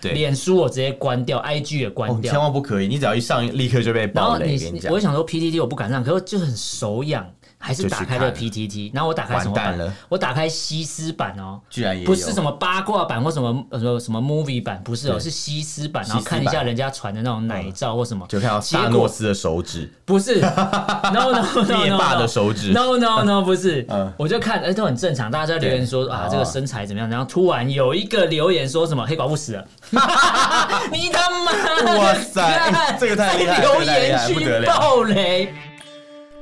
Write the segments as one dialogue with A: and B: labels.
A: 对
B: 脸书我直接关掉，IG 也
A: 哦
B: 关，
A: 千
B: 掉。
A: 万不可以！你只要一上，立刻就被
B: 然
A: 暴
B: 后
A: 雷。
B: 你
A: 跟你，讲，
B: 我想说 PTT 我不敢上，可是我就很手痒，还是
A: 就去
B: 打开
A: 看
B: 了
A: 了
B: PTT。然后我打开什么
A: 完蛋
B: 版
A: 了？
B: 我打开西施版哦，
A: 居然也
B: 不是什
A: 么
B: 么八卦版或什么呃什么什么 movie 版，不是哦，是西施版，然后
A: 西施
B: 看一下
A: 版嗯
B: 人家传的那种奶照或什么，
A: 就看到萨
B: 结
A: 诺
B: 果
A: 斯的手指，
B: 不 是，no no no no，
A: 灭霸
B: no
A: 的手指
B: No no no，不是
A: 嗯，
B: 我就看，哎，都很正常，大家在留言说
A: 对
B: 啊
A: 哦，
B: 这个身材怎么样？然后突然有一个留言说什么黑寡妇死了， 你他妈！
A: 哇塞
B: 看
A: 这个太厉害
B: 在
A: 了
B: 留
A: 这个太
B: 言
A: 厉害了不得
B: 区
A: 了
B: 爆雷，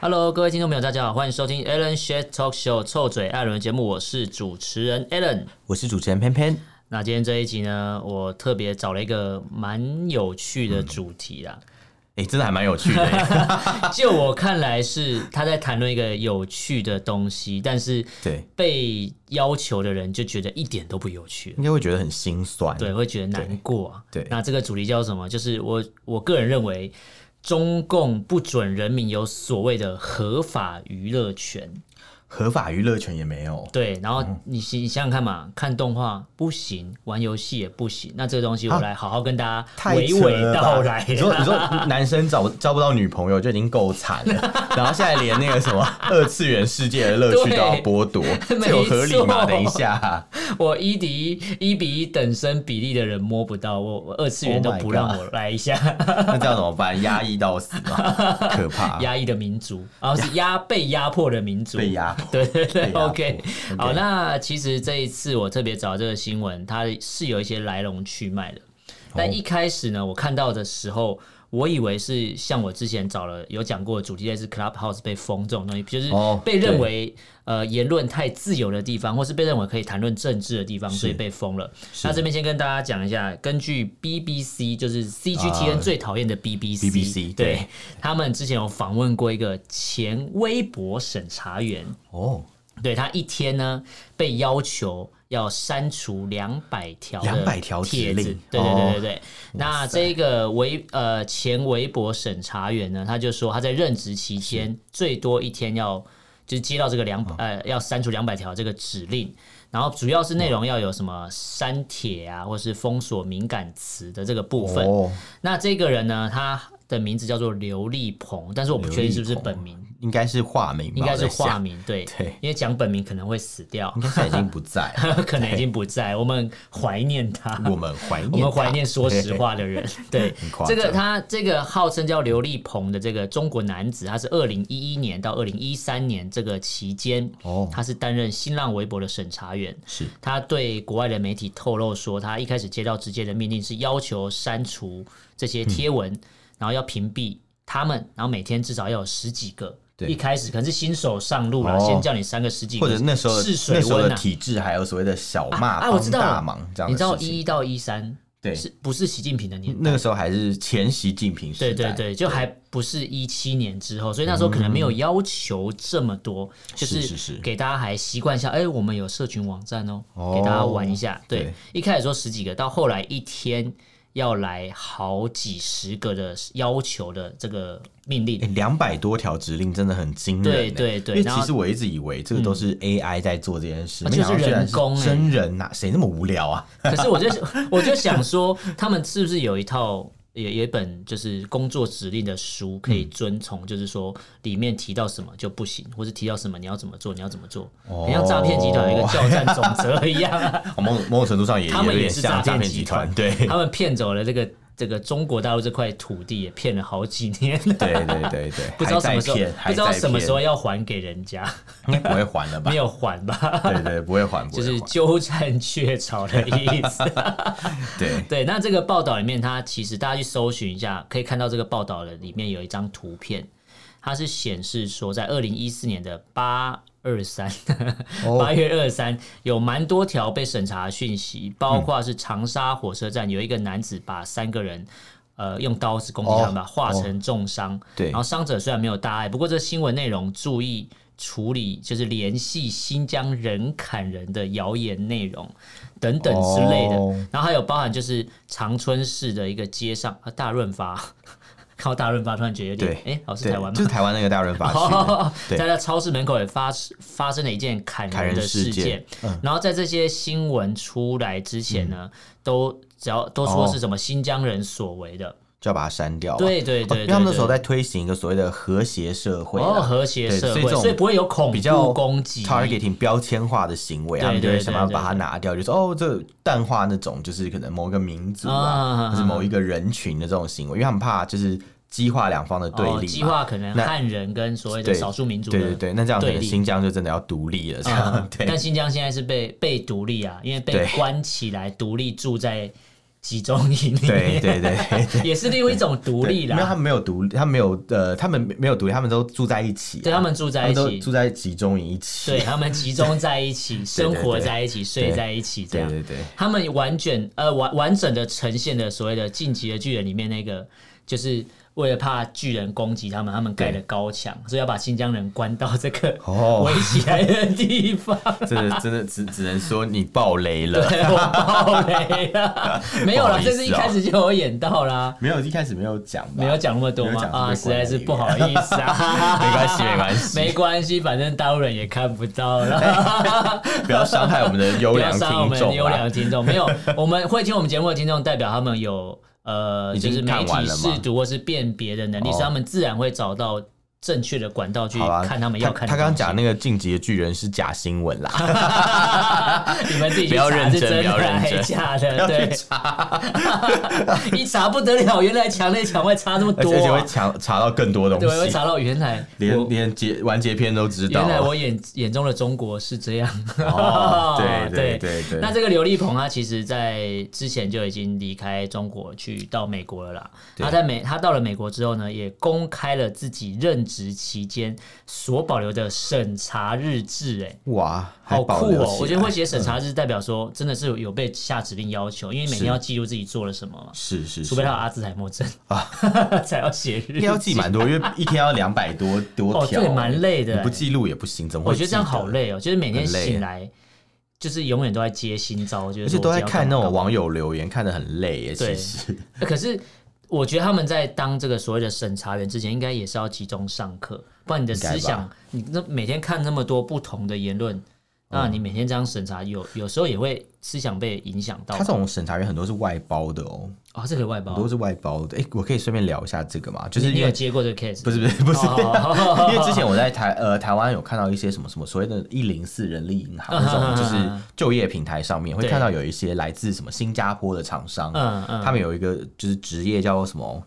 B: Hello，各位听众朋友，大家好，欢迎收听 Alan s h a t Talk Show 臭嘴艾伦节目，我是主持人 Alan。
A: 我是主持人偏 偏。
B: 那今天这一集呢，我特别找了一个蛮有趣的主题啦。
A: 哎、真的还蛮有趣 的。
B: 就我看来是他在谈论一个有趣的东西，但是
A: 对，
B: 被要求的人就觉得一点都不有趣了
A: 应该会觉得很心酸。
B: 对，会觉得难过啊。
A: 对对
B: 那这个主题叫什么？就是我我个人认为，中共不准人民有所谓的合法娱乐权。
A: 合法娱乐圈也没有。
B: 对，然后
A: 嗯
B: 你想你想想看嘛，看动画不行，玩游戏也不行，那这个东西我
A: 啊
B: 来好好跟大家
A: 太
B: 娓
A: 扯了
B: 娓
A: 吧
B: 道来。啊
A: 你说，你说男生找交不到女朋友就已经够惨 了，然后现在连那个什么二次元世界的乐趣都要 剥夺，
B: 没
A: 这有合理吗？
B: 错
A: 等一下，
B: 我一比一一比一等身比例的人摸不到，我我二次元
A: Oh
B: 都
A: my
B: 不让
A: God
B: 我来一下，
A: 那这样怎么办？压抑到死吗？可怕，
B: 压抑的民族，然后是压被压迫的民族，
A: 啊被压迫。
B: 对对对
A: 被压
B: ，OK，
A: 迫
B: 好，
A: 哎 OK
B: 那其实这一次我特别找这个新闻，它是有一些来龙去脉的。
A: 哦
B: 但一开始呢，我看到的时候，我以为是像我之前找了有讲过的主题类似 Clubhouse 被封这种东西，就是
A: 哦
B: 被认为、呃言论太自由的地方，或是被认为可以谈论政治的地方，所以被封了。那这边先跟大家讲一下，根据 BBC 就是 CGTN
A: 啊
B: 最讨厌的 BBC，、
A: BBC
B: 对
A: 对
B: 他们之前有访问过一个前微博审查员。
A: 哦，
B: 对他一天呢被要求要删除两百条
A: 200条指
B: 帖
A: 令
B: 子，对对
A: 哦
B: 对对对。那这个微呃前微博审查员呢，他就说他在任职期间最多一天要就是接到这个两
A: 嗯
B: 百、呃要删除两百条这个指令。然后主要是内容要有什么删帖啊，或是封锁敏感词的这个部分。
A: 哦，
B: 那这个人呢，他的名字叫做刘立鹏，但是我不确定是不是
A: 刘立鹏
B: 本名，
A: 应该是化名吧，
B: 应该是
A: 我在想
B: 化，名，对，
A: 对
B: 因为讲本名可能会死掉
A: 应，该现在已经不在了。
B: 可能已经不在，我们怀念他，
A: 我们怀念，
B: 我们怀念说实。话的人。对
A: 夸，
B: 这
A: 张
B: 个他这个号称叫刘立鹏的这个中国男子，他是二零一一年到二零一三年这个期间，
A: 哦
B: 他是担任新浪微博的审查员。
A: 是
B: 他对国外的媒体透露说，他一开始接到直接的命令是要求删除这些贴文，
A: 嗯
B: 然后要屏蔽他们，然后每天至少要有十几个。
A: 对
B: 一开始可能是新手上路了，
A: 哦
B: 先叫你删个十几个，
A: 或者那时候的
B: 试水
A: 那时候
B: 温
A: 的
B: 啊。
A: 体制还有所谓的小骂
B: 啊，我知道
A: 帮大
B: 了
A: 忙这样
B: 你
A: 的事情，
B: 知道一一到一三，
A: 对
B: 是不是习近平的年代？
A: 那个时候还是前习近平时
B: 对
A: 代，
B: 对对，就还不是一七年之后，所以那时候可能没有要求这么多，就是
A: 嗯是
B: 是
A: 是
B: 给大家还习惯一下，哎，我们有社群网站哦，
A: 哦
B: 给大家玩一下。对
A: 对，
B: 一开始说十几个，到后来一天要来好几十个的要求的这个命令。
A: 两百多条指令真的很惊人、
B: 对
A: 欸
B: 对对
A: 因为
B: 然后嗯
A: 其实我一直以为这个都是 AI 在做这件事，
B: 啊
A: 没想到
B: 就是
A: 居然
B: 人工欸
A: 是真人呐、谁那么无聊啊？
B: 可是我就我就想 说，他们是不是有一套有有一本就是工作指令的书可以遵从？就是说里面提到什么就不行，或是提到什么你要怎么做，你要怎么做，
A: 哦
B: 很像诈骗集团有一个教战总则一样啊。
A: 哦某某种程度上也
B: 他们
A: 有
B: 也
A: 点
B: 是
A: 像
B: 诈
A: 诈
B: 骗
A: 骗
B: 集
A: 集团，
B: 团
A: 对 对
B: 他们骗走了这个这个中国大陆这块土地，也骗了好几 年了。
A: 对对对，
B: 不知道什么时候
A: 还在骗，
B: 不知道
A: 还在
B: 什么
A: 骗
B: 时候要还给人家，
A: 应 该不会还了吧
B: 没？有还吧？
A: 对对，不会还，不
B: 就
A: 会
B: 是
A: 还。
B: 鸠占鹊巢的意思。
A: 对，
B: 对，那这个报道里面，它其实大家去搜寻一下，可以看到这个报道的里面有一张图片，它是显示说，在二零一四年的八二三，
A: 哦
B: 八月二三有蛮多条被审查的讯息，包括是长沙火车站有一个男子把三个人。呃，用刀子攻击他们吧，
A: 哦
B: 化成重伤。
A: 对
B: 然后伤者虽然没有大碍，不过这新闻内容注意处理，就是联系新疆人砍人的谣言内容等等之类的。
A: 哦
B: 然后还有包含就是长春市的一个街上，啊、大润发， 看到大润发突然觉得有点，哎、
A: 对，
B: 好像是
A: 对
B: 台湾吗
A: 就是台湾那个大润发区的，
B: 哦，
A: 对
B: 在他超市门口也发发生了一件砍
A: 砍
B: 人
A: 人
B: 的事
A: 事件嗯
B: 件，然后在这些新闻出来之前呢，都只要都说
A: 哦
B: 是什么新疆人所为的，
A: 就要把它删掉啊。
B: 对对
A: 哦
B: 对对
A: 因为他们那时候
B: 对
A: 在推行一个所谓的和谐社会
B: 哦
A: 啦，
B: 和谐
A: 对
B: 社
A: 所以
B: 会，
A: 这种
B: 所以不会有恐
A: 比较
B: 怖攻击。啊
A: targeting 标签化的行为，
B: 对
A: 他们就
B: 对
A: 会
B: 对
A: 想办
B: 对
A: 法把它拿掉，就说哦，这淡化那种就是可能某一个民族啊，
B: 啊
A: 或是某一个人群的这种行为，因为他们怕就是激化两方的对
B: 哦，
A: 立
B: 激
A: 嘛。
B: 化可能
A: 那
B: 汉人跟所谓的
A: 对
B: 少数民族
A: 对对
B: 的
A: 对，那这样可
B: 对
A: 能
B: 立
A: 新疆就真的要独立了，这样
B: 嗯，但
A: 对。
B: 新疆现在是被被独立啊，因为被
A: 对
B: 关起来，独立住在集中营里
A: 对
B: 面，
A: 对对对对
B: 也是另外一种独立
A: 因为他
B: 啦。
A: 们没有独立，他们没有呃，他们没有独立，他们都住在一起啊、
B: 对，他们住
A: 他
B: 在一
A: 们都
B: 起，
A: 住在集中营一起。
B: 对他们集中在一 起，生活在一起，睡在一起，这
A: 对
B: 样。
A: 对对，
B: 他们完全呃完完整的呈现了所谓的《晋级的巨人》里面那个，就是为了怕巨人攻击他们，他们盖的高墙，所以要把新疆人关到这个
A: 哦
B: 围起来的地方。
A: 真的真的只只能说你爆雷了，
B: 对，我爆雷 了，没有
A: 不好
B: 啦，
A: 意思
B: 这
A: 哦
B: 是一开始就有演到啦，
A: 没有一开始没有讲吧，
B: 没有讲那么多
A: 没有
B: 吗？
A: 讲
B: 啊，
A: 是
B: 实
A: 被
B: 在
A: 关在
B: 是
A: 里面
B: 不好意思啊，
A: 没关系没关系
B: 没关系，反正大陆人也看不到啦。
A: 不要伤害我们 的优
B: 不
A: 良
B: 要
A: 听
B: 伤我们
A: 众
B: 优
A: 啊
B: 良。听众，没有，我们会听我们节目的听众，代表他们有呃，
A: 已
B: 就
A: 经
B: 是媒
A: 看完
B: 体
A: 了
B: 试
A: 吗
B: 读或是辨别的能力，
A: 哦
B: 所以他们自然会找到正确的管道去
A: 好吧，
B: 看他们要看的
A: 他刚刚
B: 东西
A: 讲那个《晋级的巨人》是假新闻啦，
B: 你们自己去
A: 不要认
B: 查是
A: 真
B: 真的
A: 不要认
B: 还
A: 真
B: 是假
A: 要
B: 的，
A: 去
B: 对， 一查不得了，原来墙内墙外差这么
A: 而
B: 多
A: 且而且
B: 啊、
A: 会查查到更多东
B: 对，会
A: 西，
B: 查到原来我
A: 连啊连结完结篇都知道。
B: 原来我眼眼中的中国是这样。
A: 哦对
B: 对
A: 对对对
B: 那这个刘立鹏啊他其实在之前就已经离开中国去到美国了啦。他在美他到了美国之后呢，也公开了自己任职期间所保留的审查日志、哎。
A: 哇，还
B: 好
A: 保
B: 酷
A: 留
B: 哦！
A: 起
B: 我觉得
A: 来嗯
B: 会写审查日，代表说真的是有被下指令要求，因为每天要记录自己做了什么嘛，
A: 是是
B: 除
A: 是
B: 非他有阿兹海默症啊，才要写日记
A: 应该要记蛮多，因 为一天要两百多多
B: 哦，
A: 条，
B: 对，蛮累
A: 你
B: 的、哎
A: 不记录也不行，怎么会？
B: 我觉得这样好，累哦，就是每天
A: 很累
B: 醒来，就是永远都在接新招，就是
A: 而且
B: 说
A: 都在
B: 今天要干
A: 看
B: 嘛
A: 那种
B: 干嘛
A: 网友留言，看得很累耶。
B: 对
A: 其实
B: 呃可是我觉得他们在当这个所谓的审查员之前，应该也是要集中上课，不然你的
A: 应该吧
B: 思想，你那每天看那么多不同的言论，那你每天这样审查，有有时候也会思想被影响到
A: 他。这种审查员很多是外包的哦，
B: 哦，这个外包
A: 很，多是外包的。哎，我可以顺便聊一下这个嘛，就
B: 你
A: 是
B: 你
A: 因
B: 有
A: 为
B: 接过这个 case？
A: 不是不是 不是，
B: 哦
A: 因为之前我在台呃台湾有看到一些什么什么所谓的“一零四人力银
B: 嗯
A: 行”这种，就是就业平台上面会
B: 对
A: 看到有一些来自什么新加坡的厂商，
B: 嗯嗯
A: 他们有一个就是职业叫什么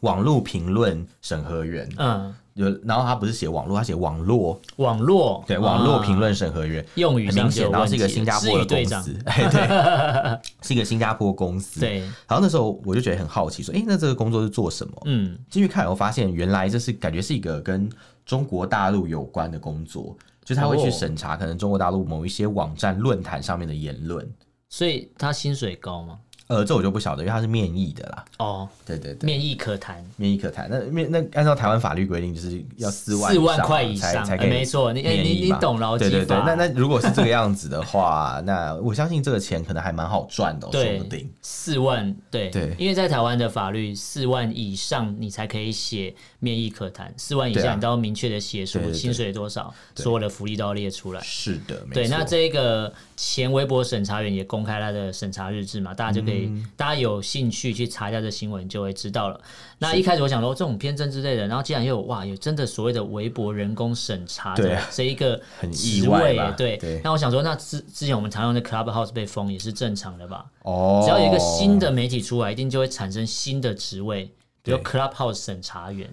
A: 网络评论审核员，
B: 嗯，
A: 有然后他不是写网络，他写网络，
B: 网络
A: 对网络评
B: 啊
A: 论审核员。
B: 用语
A: 很
B: 上
A: 明
B: 就有
A: 显，然后是一个
B: 问题
A: 新加
B: 至
A: 坡
B: 于
A: 的
B: 队
A: 公
B: 长，
A: 司，哎， 对，是一个新加坡公司。
B: 对，
A: 然后那时候我就觉得很好奇，说，哎，那这个工作是做什么？
B: 嗯，
A: 进去看，我发现原来这是感觉是一个跟中国大陆有关的工作，就是他会去
B: 哦
A: 审查可能中国大陆某一些网站论坛上面的言论。
B: 所以他薪水高吗？
A: 呃，这我就不晓得，因为他是面议的啦。
B: 哦，
A: 对对对，
B: 面议可谈。
A: 面议可谈。那面那按照台湾法律规定，就是要四万
B: 四万
A: 以上
B: 块以
A: 才
B: 上
A: 才
B: 呃
A: 可以
B: 没错你哎
A: 免
B: 你
A: 疫嘛
B: 你懂劳基
A: 对对对。
B: 法
A: 那 那如果是这个样子的话，那我相信这个钱可能还蛮好赚的哦、
B: 对
A: 说不定。，
B: 四万，对
A: 对
B: 因为在台湾的法律，四万以上你才可以写面议可谈，四万以
A: 对
B: 下
A: 啊
B: 你都要明确的写
A: 对
B: 出
A: 对对
B: 薪水多少，所有的福利都要列出来。
A: 是的，没
B: 对，
A: 错
B: 那这个前微博审查员也公开他的审查日志嘛，大家就可以，
A: 嗯
B: 大家有兴趣去查一下这新闻就会知道了。那一开始我想说这种偏政之类的，然后竟然又有哇，有真的所谓的微博人工审查
A: 对
B: 的
A: 啊
B: 这一个
A: 很意
B: 职
A: 外
B: 位
A: 吧，
B: 对
A: 对。
B: 那我想说，那之之前我们常用的 Clubhouse 被封也是正常的吧？
A: 哦，
B: 只要有一个新的媒体出来，一定就会产生新的职位比如 Clubhouse 审查员、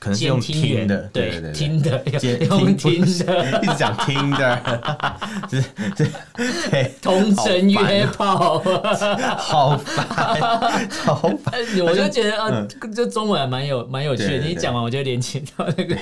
A: 可能是
B: 监
A: 用
B: 听
A: 听
B: 员，
A: 的，对对
B: 对
A: 对
B: 听的，
A: 监
B: 用听
A: 一
B: 的，
A: 直讲听 的，这这对，
B: 同城
A: 啊
B: 约炮。
A: 好烦，超烦。
B: 我就觉得啊，这中文还蛮有蛮有趣的。
A: 嗯对对对
B: 你讲完，我就连接到那个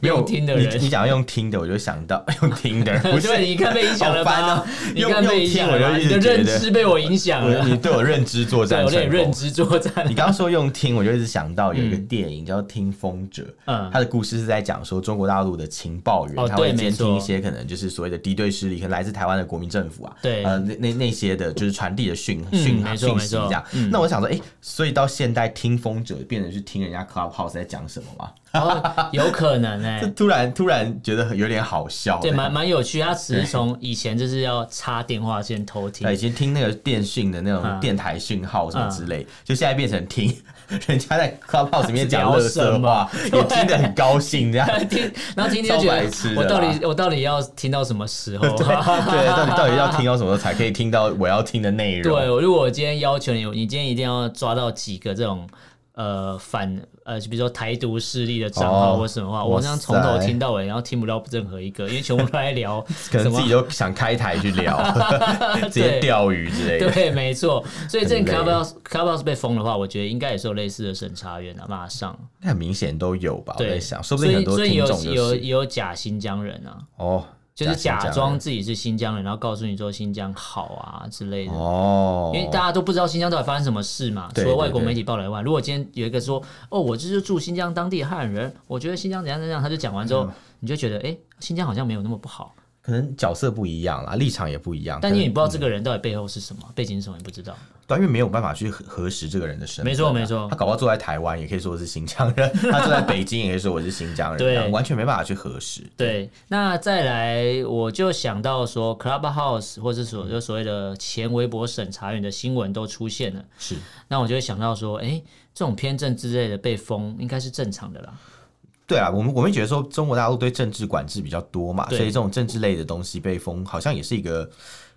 A: 没有
B: 用听的
A: 你
B: 人
A: 你。讲到用听的，我就想到用听的，不是
B: 对，你看被影响了
A: 好烦
B: 吧
A: 哦？
B: 你
A: 用
B: 看被
A: 用
B: 影
A: 听
B: 响
A: 我
B: 了吧？
A: 就一
B: 你的
A: 直觉
B: 认
A: 得
B: 知被我影响
A: 我
B: 了，
A: 你对我认知作
B: 啊对
A: 战
B: 我
A: 成
B: 对
A: 功，
B: 认知嗯作战
A: 你。刚刚说用听，我就一直想到有一个电影叫《听风者》，
B: 嗯
A: 他的故事是在讲说中国大陆的情报员，
B: 哦
A: 他会
B: 对没
A: 监听
B: 错
A: 一些可能就是所谓的敌对势力，可能来自台湾的国民政府啊，
B: 对
A: 呃，那那那些的就是传递的讯
B: 嗯
A: 讯
B: 没
A: 号
B: 错
A: 讯
B: 没
A: 息
B: 错嗯
A: 这样。那我想说，哎，所以到现代听风者变成是听人家 Clubhouse 在讲什么嘛？
B: 哦，有可能哎、
A: 这突然突然觉得有点好笑，
B: 对，蛮蛮有趣。他只是从以前就是要插电话线偷听
A: 对，，以前听那个电讯的那
B: 嗯
A: 种电台讯号
B: 啊
A: 什么之类，就现在变成听 人家在 Clubhouse 里面讲
B: 聊
A: 乐
B: 什
A: 色
B: 么
A: 话，也听得很高兴这样。
B: 听，然后听听就觉
A: 超白痴
B: 得
A: 的
B: 我
A: 啦
B: 到底我到底要听到什么时候？
A: 哦 对，到底到底要听到什么时候才可以听到我要听的内容？
B: 对，我如果我今天要求你，你今天一定要抓到几个这种呃反呃，比如说台独势力的账号
A: 哦
B: 或什么话，
A: 哇
B: 我这样从头
A: 塞
B: 听到尾，然后听不到任何一个，因为全部都在聊
A: 可
B: 什
A: 能自
B: 么
A: 己。就想开台去 聊， 直接钓鱼之类的。
B: 对，没错。所以这
A: 很累
B: Clubhouse Clubhouse 被封的话，我觉得应该也是有类似的审查员啊，马上。
A: 那很明显都有吧？我
B: 对
A: 在想，说不
B: 所
A: 定
B: 以
A: 很多
B: 所以
A: 听
B: 有
A: 众就
B: 有
A: 是
B: 有假新疆人啊，
A: 哦，
B: 就是
A: 假
B: 假
A: 新疆
B: 装
A: 人
B: 自己是新疆人，然后告诉你说新疆好啊之类的。
A: 哦，
B: 因为大家都不知道新疆到底发生什么事嘛，除
A: 对
B: 了外国媒体报道以外，如果今天有一个说哦，我就是住新疆当地的汉人，我觉得新疆怎样怎样，他就讲完之
A: 嗯
B: 后，你就觉得哎，新疆好像没有那么不好，
A: 可能角色不一样啦，立场也不一样，
B: 但因为你
A: 可能
B: 不知道这个人到底背后是什么，背景是什么，你不知道。
A: 对因为没有办法去核核实这个人的身份啊。
B: 没错没错
A: 他搞不好坐在台湾也可以说我是新疆人， 他坐在北京也可以说我是新疆人，
B: 对
A: 这样完全没办法去核实。
B: 对，那再来，我就想到说，Clubhouse 或是所就所谓的前微博审查员的新闻都出现了，
A: 是，
B: 那我就会想到说，哎、这种偏政之类的被封应该是正常的啦。
A: 对啊，我们我们觉得说中国大陆对政治管制比较多嘛，
B: 对
A: 所以这种政治类的东西被封，好像也是一个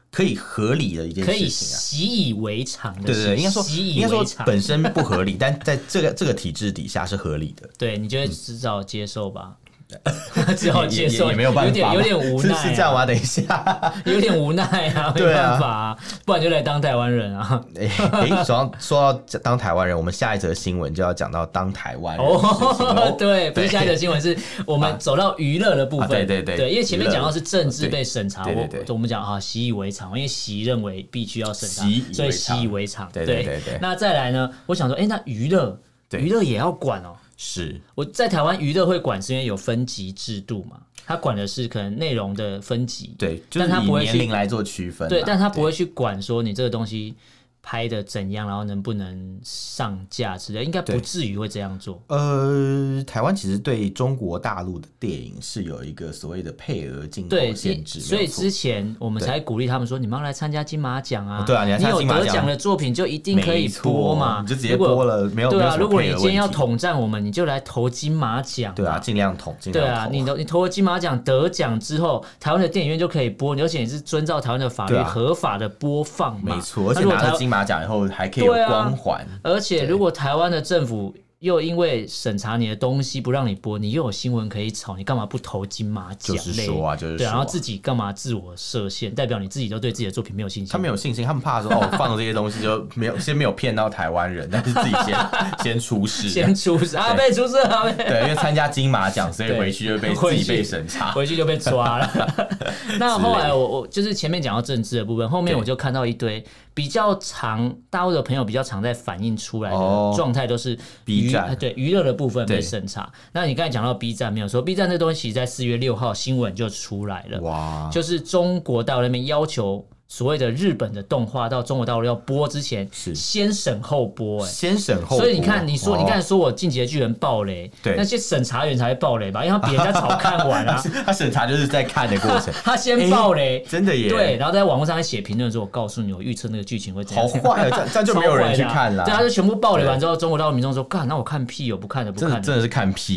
A: 可以合理的一件
B: 可以
A: 事情啊。
B: 习以为常的
A: 对
B: 事，
A: 对对，应该说
B: 习以
A: 应该
B: 为
A: 说
B: 常。
A: 本身不合理，但在这个这个体制底下是合理的。
B: 对你就会至少接受吧， 只好
A: 也
B: 接
A: 嗯也
B: 受，
A: 也没有办法嘛，
B: 有点有点无
A: 是
B: 奈、啊，
A: 是这样吗？等 一下，
B: 有点无奈啊，没
A: 对啊
B: 办法、啊，不然就来当台湾人啊。
A: 哎、哎说到说到当台湾人，我们下一则新闻就要讲到当台湾人的事情
B: 哦
A: 哦，
B: 对，不是下一则新闻， 是我们走到娱乐的部分。
A: 啊对对对
B: 因为前面
A: 娱乐
B: 讲到是政治被审查，
A: 对对
B: 我
A: 对对
B: 我们讲啊，习以为常，因为习认为必须要审
A: 习以
B: 查，
A: 为常
B: 所以习以为常。
A: 对对对对
B: 那再来呢？我想说，哎，那娱乐，
A: 对
B: 娱乐也要管哦。
A: 是
B: 我在台湾娱乐会管，是因为有分级制度嘛，它管的是可能内容的分级。
A: 对，就
B: 但
A: 是
B: 他
A: 以
B: 不会
A: 年
B: 去
A: 龄来做区分啦，啊
B: 对，但他不会
A: 会
B: 去管说你这个东西拍的怎样，然后能不能上架之类，应该不
A: 对嗯
B: 至于会这样做。
A: 呃，台湾其实对中国大陆的电影是有一个所谓的配额进口
B: 对，
A: 限制，
B: 所
A: 没
B: 以
A: 有错
B: 之前我们
A: 对
B: 才鼓励他们说，你们要来参加金马奖啊
A: 哦，对啊你来参加
B: 有
A: 金马
B: 得
A: 奖
B: 奖的作品就一定可以
A: 没错
B: 播嘛，
A: 你就直接
B: 如果
A: 播了，没有
B: 对啊，
A: 没有什么
B: 如果你
A: 配额
B: 今天要
A: 问题
B: 统战我们，你就来投金马奖。
A: 对啊，。尽量统，尽
B: 对
A: 量
B: 啊，
A: 统
B: 你投你投了金马奖得奖之后，台湾的电影院就可以播，而且你是遵照台湾的法律
A: 对啊
B: 合法的播放嘛。
A: 没错，而
B: 那
A: 且
B: 如果
A: 拿
B: 台
A: 了
B: 湾
A: 金马奖以后还可以有
B: 对啊
A: 光环，
B: 而且如果台湾的政府又因为审查你的东西不让你播，你又有新闻可以炒，你干嘛不投金马奖嘞？
A: 就是说啊就是
B: 对，
A: 说啊
B: 然后自己干嘛自我设限，代表你自己都对自己的作品没有信心。
A: 他们有信心，他们怕说 哦，放了这些东西就没有先没有骗到台湾人， 但是自己先先出事，
B: 先 出事啊，
A: 对
B: 被出事啊，被
A: 对，因为参加金马奖，所以回去就 被
B: 回去
A: 自己被审查。
B: 回去就被抓了。 那后来我我就是前面讲到政治的部分，后面
A: 对
B: 我就看到一堆比较常大陆的朋友比较常在反映出来的
A: 哦
B: 状态，都是
A: B
B: 娱
A: 站
B: 呃对娱乐的部分被
A: 对
B: 审查。那你刚才讲到 B 站没有说，B 站这东西其实在四月六号新闻就出来了，
A: 哇，
B: 就是中国大陆那边要求。所谓的日本的动画到中国大陆要播之前，
A: 是
B: 先审后播、哎，
A: 先审后播，
B: 所以你看，你说你刚才
A: 哦，
B: 说我《进击的巨人》爆雷，
A: 对
B: 那些审查员才会爆雷吧？因为他比人家早看完 啊，，
A: 他审查就是在看的过程
B: 他先爆雷，
A: 真的耶，
B: 对，，然后在网络上还写评论说：“我告诉你，我预测那个剧情会怎样。
A: 好”坏啊，这样这样就没有人去看
B: 啊
A: 啦
B: 对，，他就全部爆雷完
A: 对
B: 之后，中国大陆民众说：“干，那我看屁，我不看了，不
A: 真的
B: 看了。
A: 真的是看屁，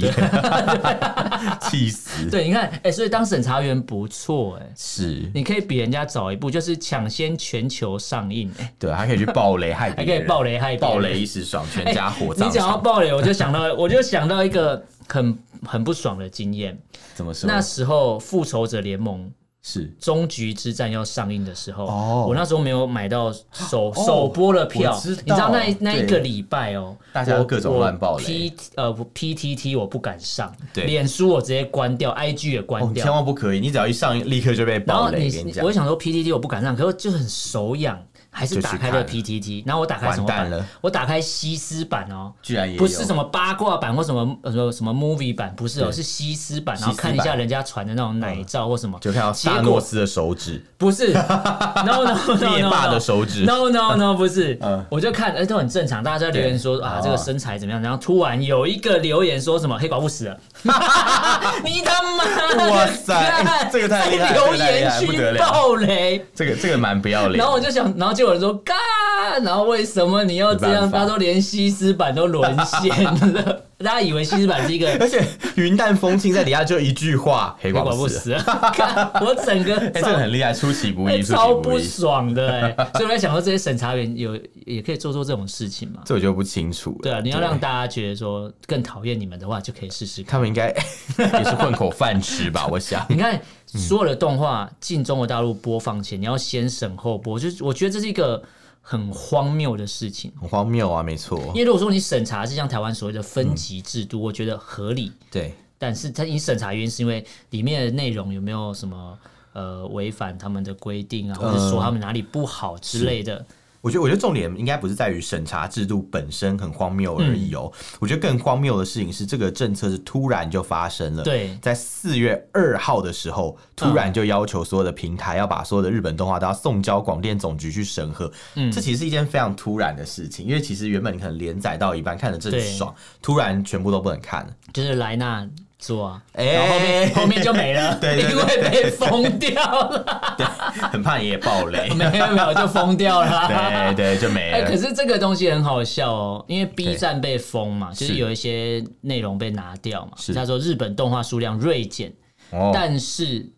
A: 气”死，
B: 对，你看，哎、所以当审查员不错、哎，
A: 是
B: 你可以比人家早一步，就是抢先全球上映，哎
A: 对，还可以去暴雷害
B: 还
A: 别
B: 可以
A: 人，哎
B: 暴雷害别人
A: 暴雷一时爽，全家火葬
B: 你讲到
A: 场。
B: 暴雷，我就想到，我就想到一个很很不爽的经验。
A: 怎么说？
B: 那时候《复仇者联盟：
A: 是
B: 终局之战》要上映的时候，
A: 哦
B: 我那时候没有买到首首播的票，
A: 我知道
B: 你知道那一那一
A: 对
B: 个礼拜哦，
A: 大家
B: 我
A: 各种乱暴雷
B: 我 P 呃不 PTT 我不敢上，
A: 对
B: 脸书我直接关掉，IG 也
A: 哦
B: 关，
A: 你千
B: 掉。
A: 万不可以，你只要一上映立刻就被
B: 然
A: 暴
B: 后
A: 雷。
B: 你
A: 跟你，讲
B: 我，想说 PTT 我不敢上，可是就很手痒，还是
A: 就去
B: 打开
A: 看
B: 了
A: 了
B: PTT。然后我打开什
A: 完
B: 么
A: 蛋
B: 版？
A: 了，
B: 我打开西施版哦，
A: 居然也有
B: 不是什么八卦版或什么呃什么什么 movie 版，不是哦，
A: 对
B: 是西施版，然
A: 西
B: 后
A: 施
B: 看一下人家传的那种奶照或什么，
A: 就看到萨诺斯的手指，
B: 不 是，no no no no，,
A: 灭
B: no
A: 霸的手指，
B: No no no，不是
A: 嗯，
B: 我就看，哎，都很正常，大家在留言说
A: 对
B: 啊
A: 哦，
B: 这个身材怎么样？然后突然有一个留言说什么黑寡妇死 了，你他妈！，
A: 哇塞这个太厉害，这
B: 留
A: 个太厉
B: 言
A: 害，不得
B: 区
A: 了，
B: 爆雷，
A: 这个这个蛮不要脸的。
B: 然后我就想，然后就有人说干，然后为什么你要这
A: 没
B: 样？
A: 办法
B: 他说连西施版都沦陷 了，大家以为西施版是一个
A: 而且云淡风轻在底下就一句 话，黑
B: 黑
A: 寡
B: 寡
A: 妇
B: 妇
A: 死了。
B: 死了， 干我整个
A: 哎，这个很厉害，出其不
B: 哎
A: 意，出
B: 超
A: 其不
B: 不
A: 意，
B: 爽的哎、 所以我在想说，这些审查员有也可以做做这种事情嘛？
A: 这我就不清楚了。
B: 对啊，你要让大家觉得说更讨厌你们的话，就可以试试看。
A: 他们应该 也是混口饭 吃吧？我想，
B: 你看，所有的动画进中国大陆播放前，你要先审后播，就是我觉得这是一个很荒谬的事情。
A: 很荒谬啊，没错
B: 因。为如果说你审查是像台湾所谓的分级制度，我觉得合理，
A: 对，
B: 但是它你审查原因是因为里面的内容有没有什么呃违反他们的规定啊，或者说他们哪里不好之类的。
A: 我觉得，我觉得重点应该不是在于审查制度本身很荒谬而已哦。
B: 嗯
A: 我觉得更荒谬的事情是，这个政策是突然就发生了。
B: 对
A: 在四月二号的时候，突然就要求所有的平台要把所有的日本动画都要送交广电总局去审核。
B: 嗯
A: 这其实是一件非常突然的事情，因为其实原本你可能连载到一半看的正
B: 对
A: 爽，突然全部都不能看了。
B: 就是莱纳做啊，
A: 哎
B: 然后后面后面就没了，
A: 对对对
B: 因为被封掉 了，
A: 对， 很怕你也爆 雷。
B: 没有没有就封掉了。
A: 对对，就 没
B: 哎，
A: 了。
B: 可是这个东西很好笑哦，因为 B
A: 对
B: 站被封嘛，就是
A: 是
B: 有一些内容被拿掉嘛。
A: 是
B: 他说日本动画数量锐减，
A: 哦
B: 但是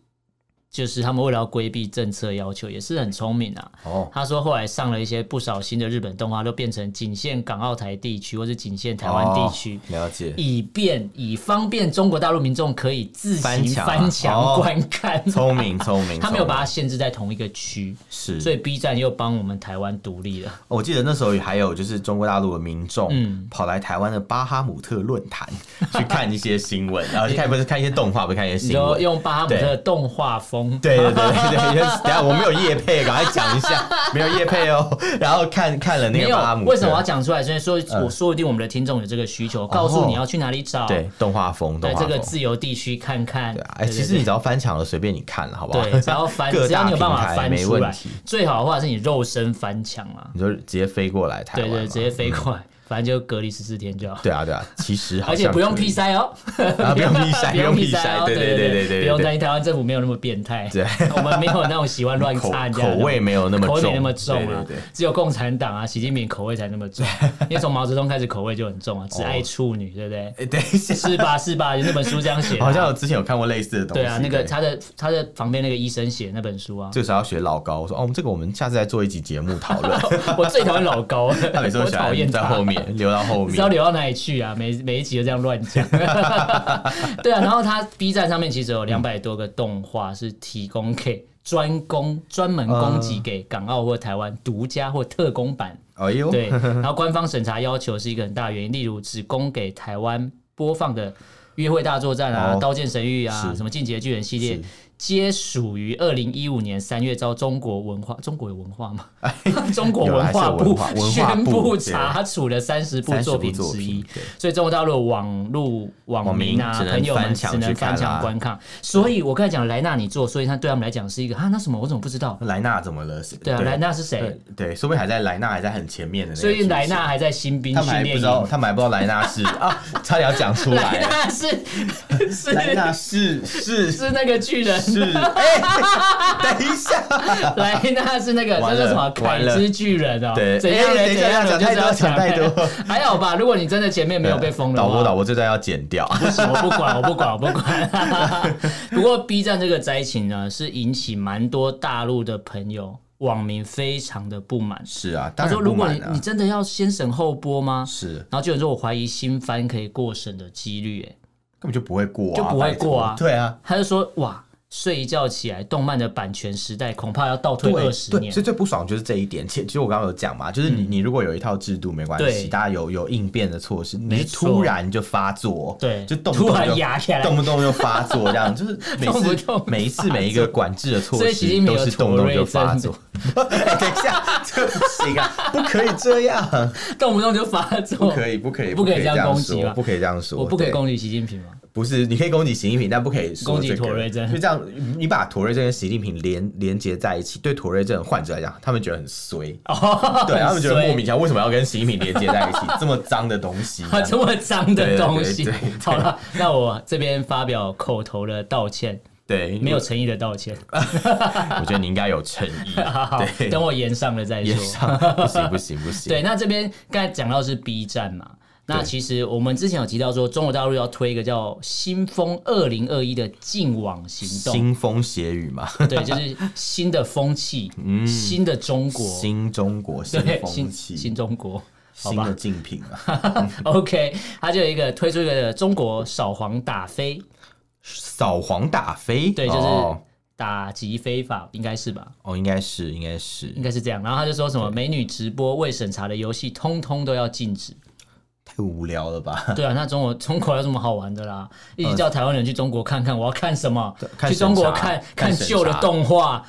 B: 就是他们为了要规避政策要求，也是很聪明啊。
A: 哦，
B: 他说后来上了一些不少新的日本动画，都变成仅限港澳台地区或是仅限台湾地区。
A: 哦了解。
B: 以便以方便中国大陆民众可以自
A: 翻
B: 行
A: 墙啊
B: 翻墙
A: 哦
B: 观看，
A: 聪明聪明，
B: 他没有把它
A: 它
B: 限制在同一个区，
A: 是，嗯
B: 所以 B 站又帮我们台湾独立了。
A: 我记得那时候还有就是中国大陆的民众，
B: 嗯
A: 跑来台湾的巴哈姆特论坛去看一些新闻，然后去看不是看一些动画，不是看一些
B: 你
A: 新
B: 说
A: 闻。
B: 用巴哈姆特的动画风，
A: 对对对对对，等一下我没有叶配，赶快讲一下，没有叶配哦。然后看看了那
B: 没
A: 个
B: 有
A: 巴哈姆特，
B: 为什么我要讲出来？所以说，
A: 嗯哦
B: 我说不定我们的听众有这个需求，告诉你要去哪里找，
A: 对动画风，动
B: 对
A: 画
B: 这
A: 风，
B: 个自由地区看看
A: 对啊。哎，
B: 对对
A: 其实你只要翻墙了，随便你看了，好不好？
B: 对，只要翻，
A: 各
B: 只要
A: 大
B: 你
A: 平
B: 有办法
A: 台
B: 翻
A: 没
B: 出
A: 问
B: 来
A: 题，，
B: 最好的话是你肉身翻墙啊，
A: 你就直接飞过来台
B: 对
A: 湾
B: 对，
A: 嘛，
B: 直接飞过来，反正就隔离十四天就好。
A: 嗯对啊对啊，其实好
B: 而且
A: 像
B: 不用
A: 可以
B: 屁塞哦，
A: 啊，不用屁塞，
B: 不用
A: 屁
B: 屁塞
A: 塞，
B: 哦，
A: 对
B: 对
A: 对
B: 对
A: 对，
B: 不用担
A: 对，
B: 心台湾政府没有那么变态，
A: 对
B: 我们没有那种喜欢乱
A: 口
B: 插人家的
A: 口味没有那么
B: 口味
A: 重，
B: 没那么重
A: 对
B: 啊
A: 对对，
B: 只有共产党啊、习近平口味才那么重，因为从毛泽东开始口味就很
A: 哦
B: 重啊，只爱处女，对不对？
A: 哎，等一下，
B: 是吧？ 是吧？那本书这样写的啊，
A: 好像我之前有看过类似的东西。
B: 对啊，那个
A: 对
B: 他的他的旁边那个医生写的那本书啊，
A: 这个时候要学老高，我说哦，这个我们下次再做一集节 目讨论。
B: 我最讨厌老高，
A: 他每次都
B: 我
A: 喜
B: 讨厌
A: 欢在
B: 他
A: 后面留到后
B: 不知道
A: 面，
B: 留到哪里去啊？每每一集都这样乱 讲，对啊。然后他 B 站上面其实有两百多个动画是提供给专供、专门供
A: 嗯
B: 给给港澳或台湾独家或特供版。
A: 哎呦，
B: 对，然后官方审查要求是一个很大的原因，例如只供给台湾播放的《约会大作战》啊，
A: 哦
B: 刀剑神域》啊，
A: 是
B: 什么《进击的巨人》系列
A: 是，
B: 皆属于二零一五年三月遭中国文化中国有文化 吗？中国
A: 有
B: 文
A: 还是
B: 化
A: 有
B: 部
A: 文化文化
B: 宣
A: 部
B: 布
A: 对
B: 查处了三十部
A: 30
B: 作
A: 部
B: 品
A: 作
B: 之一
A: 品。对
B: 所以中国大陆的网络网民啊
A: 网民只，能
B: 朋友们
A: 翻
B: 只
A: 墙
B: 能
A: 去
B: 翻
A: 看
B: 墙
A: 啦
B: 观看。所以我刚才讲莱纳你做，所以他对他们来讲是一个啊，那什么我怎么不知道？
A: 莱纳怎么了？
B: 对啊，莱纳是谁？
A: 对对，说不定还在莱纳还在很前面的那个
B: 所
A: 剧情。
B: 以莱纳还在新兵
A: 他们
B: 训
A: 还不
B: 练
A: 知
B: 营
A: 道，。他们还不知道莱 纳是啊，差点要讲出
B: 莱
A: 来了。
B: 纳是是
A: 莱纳是是
B: 是那个巨人，
A: 是，哎，等一下，
B: 莱纳是那个那
A: 完了
B: 叫什么
A: 完
B: 凯
A: 了
B: 之巨人哦。
A: 对
B: 怎样
A: 哎
B: 嘞？
A: 等一
B: 怎
A: 下
B: 样嘞？
A: 讲
B: 我就
A: 太
B: 知道
A: 多讲太多
B: 还好吧？如果你真的前面没有被封的
A: 导
B: 话，
A: 播导播这段要剪掉。
B: 不行，我不管，我不管，我不管。不过 B 站这个灾情呢，是引起蛮多大陆的朋友网民非常的不满。
A: 是啊，
B: 他
A: 当然
B: 说：“
A: 不
B: 如果
A: 满
B: 你你
A: 啊，
B: 真的要先审后播吗？”
A: 是
B: 然后就有人说：“我怀疑新番可以过审的几率。”哎，
A: 根本就不会过、啊，
B: 就不会
A: 拜托
B: 过啊
A: 对啊，
B: 他就说：“哇，睡一觉起来，动漫的版权时代恐怕要倒退
A: 对
B: 二十
A: 对，
B: 年 嗯
A: 所。以最不爽就是这一点。其其实我刚刚有讲嘛，就是你、你如果有一套制度没关
B: 对
A: 系，大家有有应变的措施，你
B: 没
A: 是
B: 错
A: 突然就发作，
B: 对
A: 就动不动
B: 突然
A: 就
B: 压起来
A: 动不动就发作，这 样就是每
B: 动不
A: 次
B: 动
A: 每一次每一个管制的措
B: 所以习近
A: 施
B: 平
A: 都
B: 有
A: 是动不动就发作。 哎等一下，这不行啊，不可以这样，
B: 动不动就发
A: 不
B: 作，
A: 可以，不可以，
B: 哦不可以
A: 以
B: 这样
A: 样
B: 攻击吧
A: 说，不可以这样说，
B: 我不可以
A: 对
B: 攻击习近 平吗？
A: 不是，你可以攻击习近平，但不可以说
B: 攻击
A: 这个
B: 妥瑞症
A: 就这样，你把妥瑞症跟习近平连连接在一起，对妥瑞症患者来讲，他们觉得很衰，
B: 哦
A: 对他们觉得莫名 其妙，为什么要跟习近平连接在一起？这么脏的东西，
B: 啊，这么脏的
A: 对对
B: 东西
A: 对对对。
B: 好了，那我这边发表口头的道歉，
A: 对，
B: 没有，诚意的道歉。
A: 我觉得你应该有诚意。
B: 好好
A: 对，
B: 等我言上了再
A: 也
B: 说。
A: 上不行不行不行，
B: 对，那这边刚才讲到是 B 站嘛，那
A: 对
B: 其实我们之前有提到说，中国大陆要推一个叫“新风二零二一”的净网行动，
A: 腥风血雨嘛，
B: 对，就是新的风气，新的中国，
A: 嗯新中国新
B: 对，
A: 风
B: 新
A: 气
B: 新，中国。好
A: 新
B: 吧
A: 的竞品啊，
B: OK，他就有一个推出一个中国扫黄打非，
A: 扫黄打非，
B: 对，就是
A: 哦，
B: 打击非法，应该是吧？
A: 哦应该是应该是
B: 应该是这样。然后他就说什么美女直播未审查的游戏，通通都要禁 止。
A: 太无聊了吧？
B: 对啊，那中国中国有什么好玩的啦？一起叫台湾人去中国看看，我要看什么？
A: 呃看
B: 去中国
A: 审查
B: 看
A: 看
B: 看
A: 审
B: 旧的
A: 查
B: 动 画，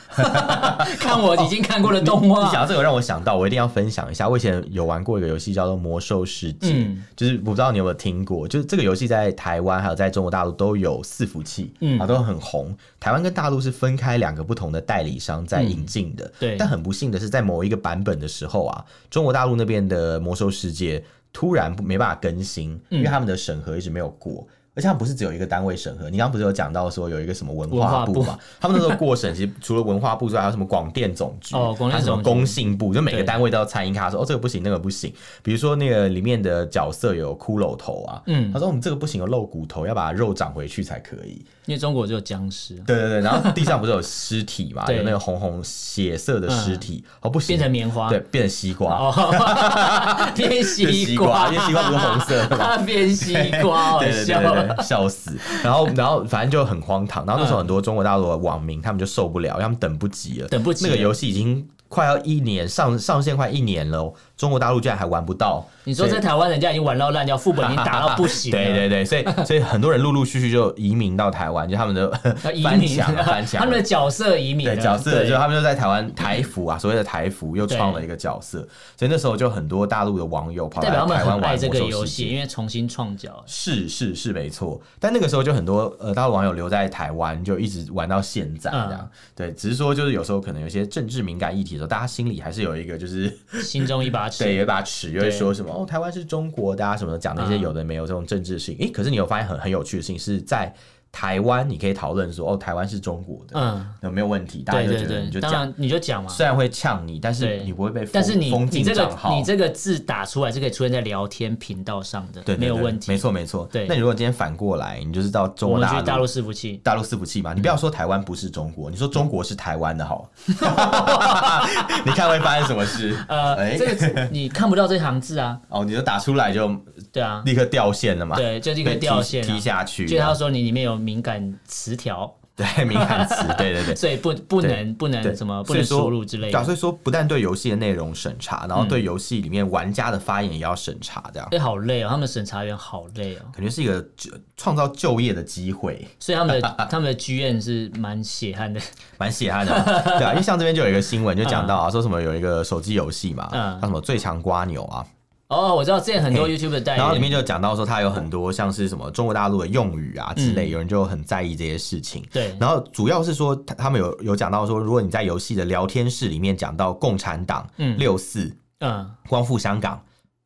B: 看我已经看过的动
A: 你讲
B: 画。
A: 到这个，让我想到，我一定要分享一下。我以前有玩过一个游戏，叫做《魔兽世界》，
B: 嗯
A: 就是我不知道你有没有听过，就是这个游戏在台湾还有在中国大陆都有伺服器，
B: 嗯
A: 啊都很红。台湾跟大陆是分开两个不同的代理商在引进的，
B: 嗯对
A: 但很不幸的是，在某一个版本的时候啊，中国大陆那边的《魔兽世界》突然不没办法更新，因为
B: 嗯
A: 他们的审核一直没有过。而且他们不是只有一个单位审核，你刚刚不是有讲到说有一个什么文
B: 文化
A: 化部
B: 部
A: 嘛？他们那时候过审，其实除了文化部之外，还有什么广电总局
B: 哦广电
A: 还有什
B: 总局
A: 么工信部，就每个
B: 对
A: 单位都要参与他说哦这个不行，那个不行。比如说那个里面的角色有骷髅头啊，
B: 嗯
A: 他说我们这个不行，有露骨头，要把肉长回去才可以。
B: 因为中国只有僵尸，
A: 对对对，然后地上不是有尸体嘛，
B: 对嗯
A: 有那个红红血色的尸体，哦不行，
B: 变成棉花
A: 对，变成西瓜。
B: 哦，变
A: 变
B: 西
A: 西瓜，
B: 瓜，
A: 因为西瓜不是红色的嘛，
B: 它变西瓜， 好
A: 对对对
B: 笑。
A: 对对，笑死！然后然后反正就很荒唐。然后那时
B: 嗯
A: 候很多中国大陆的网民他们就受不了，因为他们等不及了，
B: 等不及
A: 那个
B: 了
A: 游戏已经快要一年上上线快一年了哦，中国大陆居然还玩不到。
B: 你说
A: 所以
B: 在台湾人家已经玩到烂掉，副本已经打到不行了，
A: 对对对，所以所以很多人陆陆续续就移民到台湾，就他们的
B: 要 移
A: 翻
B: 民
A: 墙
B: 了
A: 啊翻墙啊，
B: 他们的角色移民了，
A: 对角色，
B: 对
A: 就他们就在台湾台服啊，所谓的台服又创了一个角色，所以那时候就很多大陆的网友跑
B: 代
A: 来
B: 表他们
A: 台湾
B: 很
A: 玩
B: 爱
A: 魔
B: 这个
A: 兽
B: 游
A: 世
B: 戏，
A: 界。
B: 因为重新创角。
A: 是是是没错，但那个时候就很多呃大陆网友留在台湾，就一直玩到现在这
B: 嗯
A: 样。对，只是说就是有时候可能有些政治敏感议题的时候，大家心里还是有一个就是
B: 心中一把
A: 对有
B: 尺。
A: 一把尺，就会说什么哦台湾是中国的啊什么的，讲那些
B: 嗯
A: 有的没有这种政治性。诶、可是你有发现很很有趣的事情是在台湾，你可以讨论说哦台湾是中国的，
B: 嗯，
A: 那、没有问题，大家
B: 对
A: 就
B: 对
A: 觉得你
B: 对，
A: 就讲
B: 当。然你就讲嘛。
A: 虽然会呛你，但是
B: 对
A: 你不会被封，
B: 但是你
A: 封
B: 你
A: 禁
B: 这
A: 账
B: 个
A: 号。
B: 你这个字打出来是可以出现在聊天频道上的，
A: 对对对
B: 没有问题。
A: 没，错没错。
B: 对
A: 那你如果今天反过来，你就是到中
B: 我
A: 国
B: 们
A: 大
B: 去
A: 陆
B: 大陆嗯伺服器，
A: 大陆伺服器嘛，你不要说台湾不是中国，你说中国是台湾的好 了，你看会发生什么事？
B: 呃，
A: 哎
B: 这个字你看不到这行字啊，
A: 哦，你就打出来就
B: 对 啊，
A: 立刻掉线了嘛，
B: 对，就立刻
A: 被踢
B: 掉线
A: 踢
B: 啊。
A: 下去，
B: 就他说你里面有敏感词条，
A: 对敏感词，对 对对。
B: 所以不不
A: 对
B: 能不能
A: 对
B: 嗯什么不
A: 所以
B: 能
A: 说
B: 输入之类
A: 对啊，
B: 的，嗯
A: 所以说不但对游戏的内容审查，然后对游戏里面玩家的发言也要审查，这样、
B: 哎，好累哦，他们审查员好累哦，
A: 感觉是一个就创造就业的机会。
B: 所以他们的 他们的剧院是蛮血汗的，
A: 蛮血汗的嘛，对啊，因为像这边就有一个新闻就讲到啊，说什么有一个手机游戏嘛，
B: 嗯
A: 它什么最强瓜牛啊，
B: 哦，我知道之前很多 YouTube 代
A: 然后里
B: 言，
A: 面就讲到说它有很多像是什么中国大陆的用语啊之
B: 嗯
A: 类，有人就很在意这些事情。
B: 对
A: 然后主要是说他他们有有讲到说，如果你在游戏的聊天室里面讲到共产党、
B: 嗯
A: 六四、
B: 嗯，
A: 光复香港。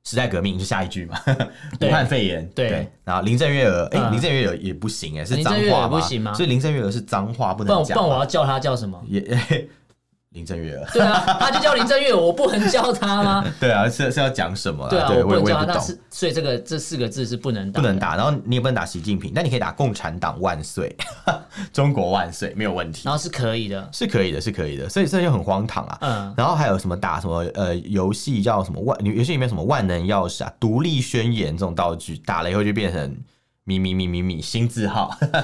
A: 时代革命就下一句嘛，
B: 对
A: 武汉肺炎
B: 对
A: 然后林郑月娥，哎、
B: 嗯
A: 林郑月娥也不行哎、是
B: 林
A: 脏
B: 郑月娥
A: 话嘛
B: 不行吗
A: 所以林郑月娥是脏话不
B: 不然
A: 能
B: 不
A: 讲
B: 然我
A: 嘛，
B: 要叫他叫什么？
A: 也 林郑月娥。
B: 对啊， 他就叫林正月，我不能叫他吗？
A: 对啊，是是要讲什么啦？
B: 对啊，
A: 对
B: 我不
A: 我也
B: 能
A: 我也
B: 叫
A: 不
B: 他，那
A: 懂，
B: 是所以这个这四个字是不能打
A: 不
B: 的，
A: 能打。然后你也不能打习近平，但你可以打共产党万岁， 中国万岁，没有问题
B: 然，后是可以的，
A: 是可以的，是可以的。所以这就很荒唐啊。
B: 嗯，
A: 然后还有什么打什么呃游戏叫什么万游戏里面什么万能钥匙啊、独立宣言这种道具，打了以后就变成咪咪咪咪咪新字号， 中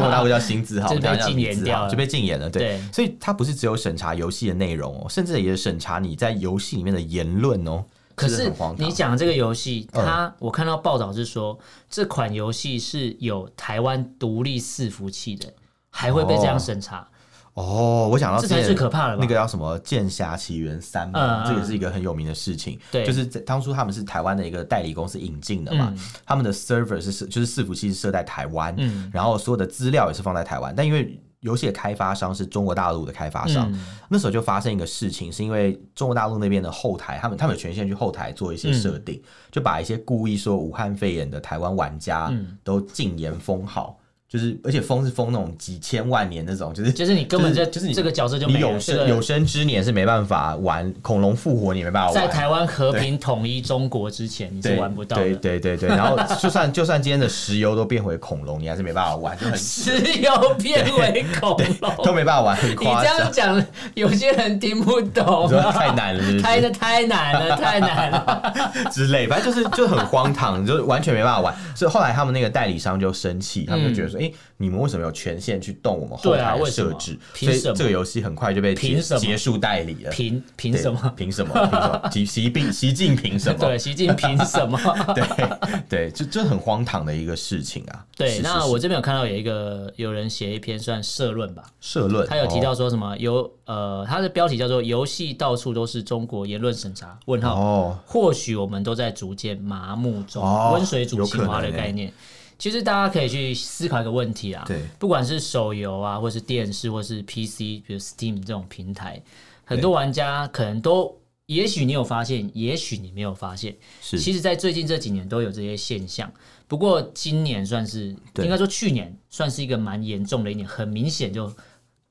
A: 国大陆叫新字号，
B: 就被
A: 我们台湾叫
B: 禁言
A: 米字号
B: 掉了
A: 就被禁言了。对，
B: 对
A: 所以它不是只有审查游戏的内容哦，甚至也审查你在游戏里面的言论哦。
B: 可
A: 这
B: 是
A: 很荒唐
B: 你讲这个游戏，
A: 嗯
B: 它我看到报道是说，这款游戏是有台湾独立伺服器的，还会被这样审查。
A: 哦，我想到
B: 这才
A: 之前
B: 最可怕了吧
A: 那个叫什么《剑侠奇缘三》
B: 嗯
A: 嘛，
B: 嗯
A: 这个是一个很有名的事情。
B: 对
A: 就是在当初他们是台湾的一个代理公司引进的嘛，
B: 嗯
A: 他们的 server 是设就是伺服器是设在台湾，
B: 嗯
A: 然后所有的资料也是放在台湾，但因为游戏的开发商是中国大陆的开发商，
B: 嗯
A: 那时候就发生一个事情，是因为中国大陆那边的后台，他们他们有权限去后台做一些设定，
B: 嗯
A: 就把一些故意说武汉肺炎的台湾玩家
B: 嗯
A: 都禁言封号，就是而且封是封那种几千万年那种，就是
B: 就是你根本
A: 就
B: 这
A: 是就是你
B: 这个角色就
A: 你
B: 没
A: 有
B: 了，这
A: 生有
B: 个
A: 生之年是没办法玩恐龙复活，你也没办法
B: 在
A: 玩。
B: 台湾和平统一中国之前，你
A: 对
B: 是玩不到
A: 对
B: 的。
A: 对对对，然后就算就算今天的石油都变回恐龙，你还是没办法玩，就很
B: 石油变为恐
A: 都
B: 龙，
A: 没办法玩，很
B: 哦你
A: 夸
B: 这
A: 张
B: 样。讲，有些人听不懂
A: 你说
B: 啊。
A: 太难了是不是
B: 太太难了，太难了。
A: 之类，反正就是就很荒唐，就是完全没办法玩。所以后来他们那个代理商就生气，他们就觉得说：“哎、你们为什么有权限去动我们后
B: 嗯对啊
A: 台的
B: 为什么
A: 设置？”
B: 凭
A: 所以
B: 什么
A: 这个游戏很快就被结
B: 凭什么
A: 结束代理了。
B: 凭凭
A: 对
B: 什么？
A: 凭什么？凭什么？习习近习近平什么？
B: 对，习近平凭什么？
A: 对对，就就很荒唐的一个事情啊。
B: 对，
A: 是是
B: 那
A: 是
B: 我这边有看到有一个有人写一篇算社论吧，
A: 社论
B: 他有提到
A: 哦
B: 说什么游呃，他的标题叫做“游戏到处都是中国言论审查”问号，
A: 哦
B: 或许我们都在逐渐麻木中，
A: 哦
B: 温水煮
A: 有
B: 青
A: 可
B: 蛙的
A: 能欸
B: 概念。其实大家可以去思考一个问题啊，
A: 对
B: 不管是手游啊，或是电视，或是 PC，比如 Steam 这种平台，很
A: 对
B: 多玩家可能都，也许你有发现，也许你没有发现，
A: 是
B: 其实，在最近这几年都有这些现象，不过今年算是
A: 对
B: 应该说去年算是一个蛮严重的一年，很明显就